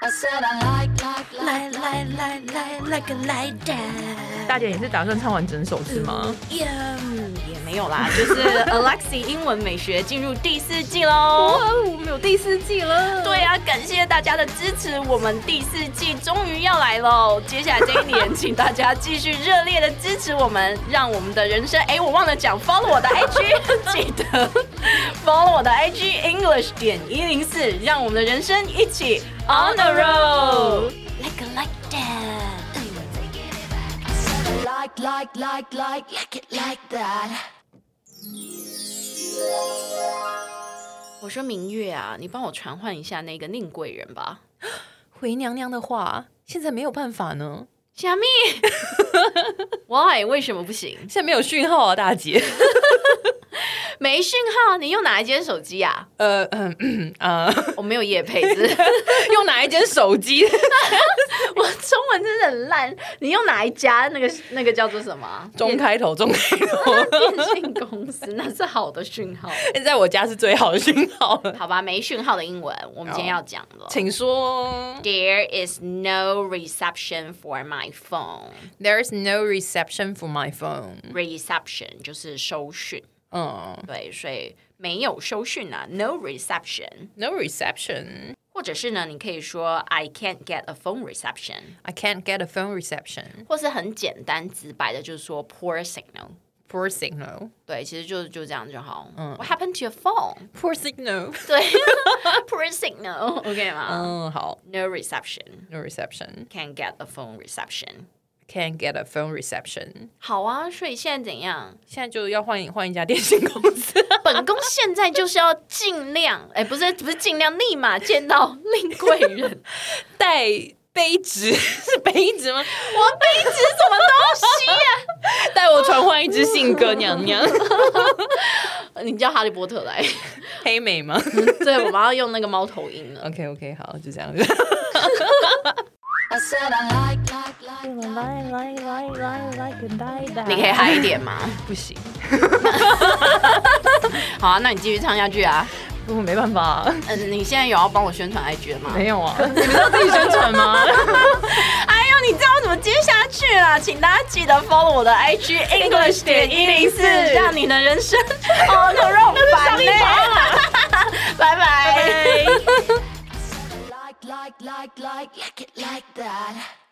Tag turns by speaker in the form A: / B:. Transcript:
A: I said I like, like, like,
B: 来来来来个来的，
C: 大姐，你是打算唱完整首是吗？
B: 呀，
D: 也没有啦，就是 Alexi 英文美学进入第四季喽。
B: 我们有第四季了。
D: 对啊，感谢大家的支持，我们第四季终于要来喽！接下来这一年，请大家继续热烈的支持我们，让我们的人生……哎，我忘了讲，follow 我的 IG，记 得 follow 我的 IG English 点一零四，让我们的人生一起 on the road。
B: ，like a like that。
A: I said I like, like, like, like, like it like that.
D: 我说明月啊，你帮我传唤一下那个宁贵人吧。
C: 回娘娘的话，现在没有办法呢，
D: 虾 米，why？为什么不行？
C: 现在没有讯号啊，大姐。
D: 没讯号，你用哪一间手机 啊？
C: 呃嗯嗯呃，
D: 我没有夜配子，
C: 用哪一间手 机？
D: 我中文真的很烂。你用哪一家？那个那个叫做什么 啊？
C: 中开头，中开 头，
D: 电信公司，那是好的讯 号。
C: 在我家是最好的讯号了。
D: 好吧，没讯号的英文，我们今天要讲了。
C: 请说
D: There is no reception for my phone.
C: ，There's no reception for my phone。
D: Reception 就是收讯，
C: 嗯
D: 对，所以没有收讯啊，no reception。
C: ，No reception。
D: 或者是呢，你可以说 I can't get a phone reception，
C: I can't get a phone reception.
D: 或是很简单直白的，就是说 poor signal。
C: Poor signal.
D: 对，其实就是就这样就好。What happened to your phone？
C: Poor signal.
D: 对，poor signal，OK、吗、
C: 嗯，好
D: n o reception。
C: ，No reception.
D: Can get the phone reception。
C: Can't get a phone reception.？
D: 好啊，所以现在怎样
C: 现在就要换一换一家电信公司。
D: 本宫现在就是要尽量，哎，不是不是尽量，立马见到令贵人。
C: 带卑职 是卑职吗？
D: 我卑职什么东
C: 带我传唤一只信 鸽娘娘，
D: 西啊？ 你叫哈利波特来。
C: 黑美吗
D: 对，我们要用那个猫头鹰了。
C: ？OK OK，好，就这样。
A: I said I like, like, like, like.
B: 来来来来来个来的，
D: 你可以嗨一点吗？
C: 不行，
D: 好啊，那你继续唱下去啊。
C: 我没办法、
D: 嗯，你现在有要帮我宣传 IG 了吗？
C: 没有啊，你们要自己宣传吗？
D: 哎呦，你知道怎么接下去啊？请大家记得 follow 我的 IG English 点一零四，让你的人生 on the road 版嘞。 拜拜。
A: Like, like, like, like, like it like that.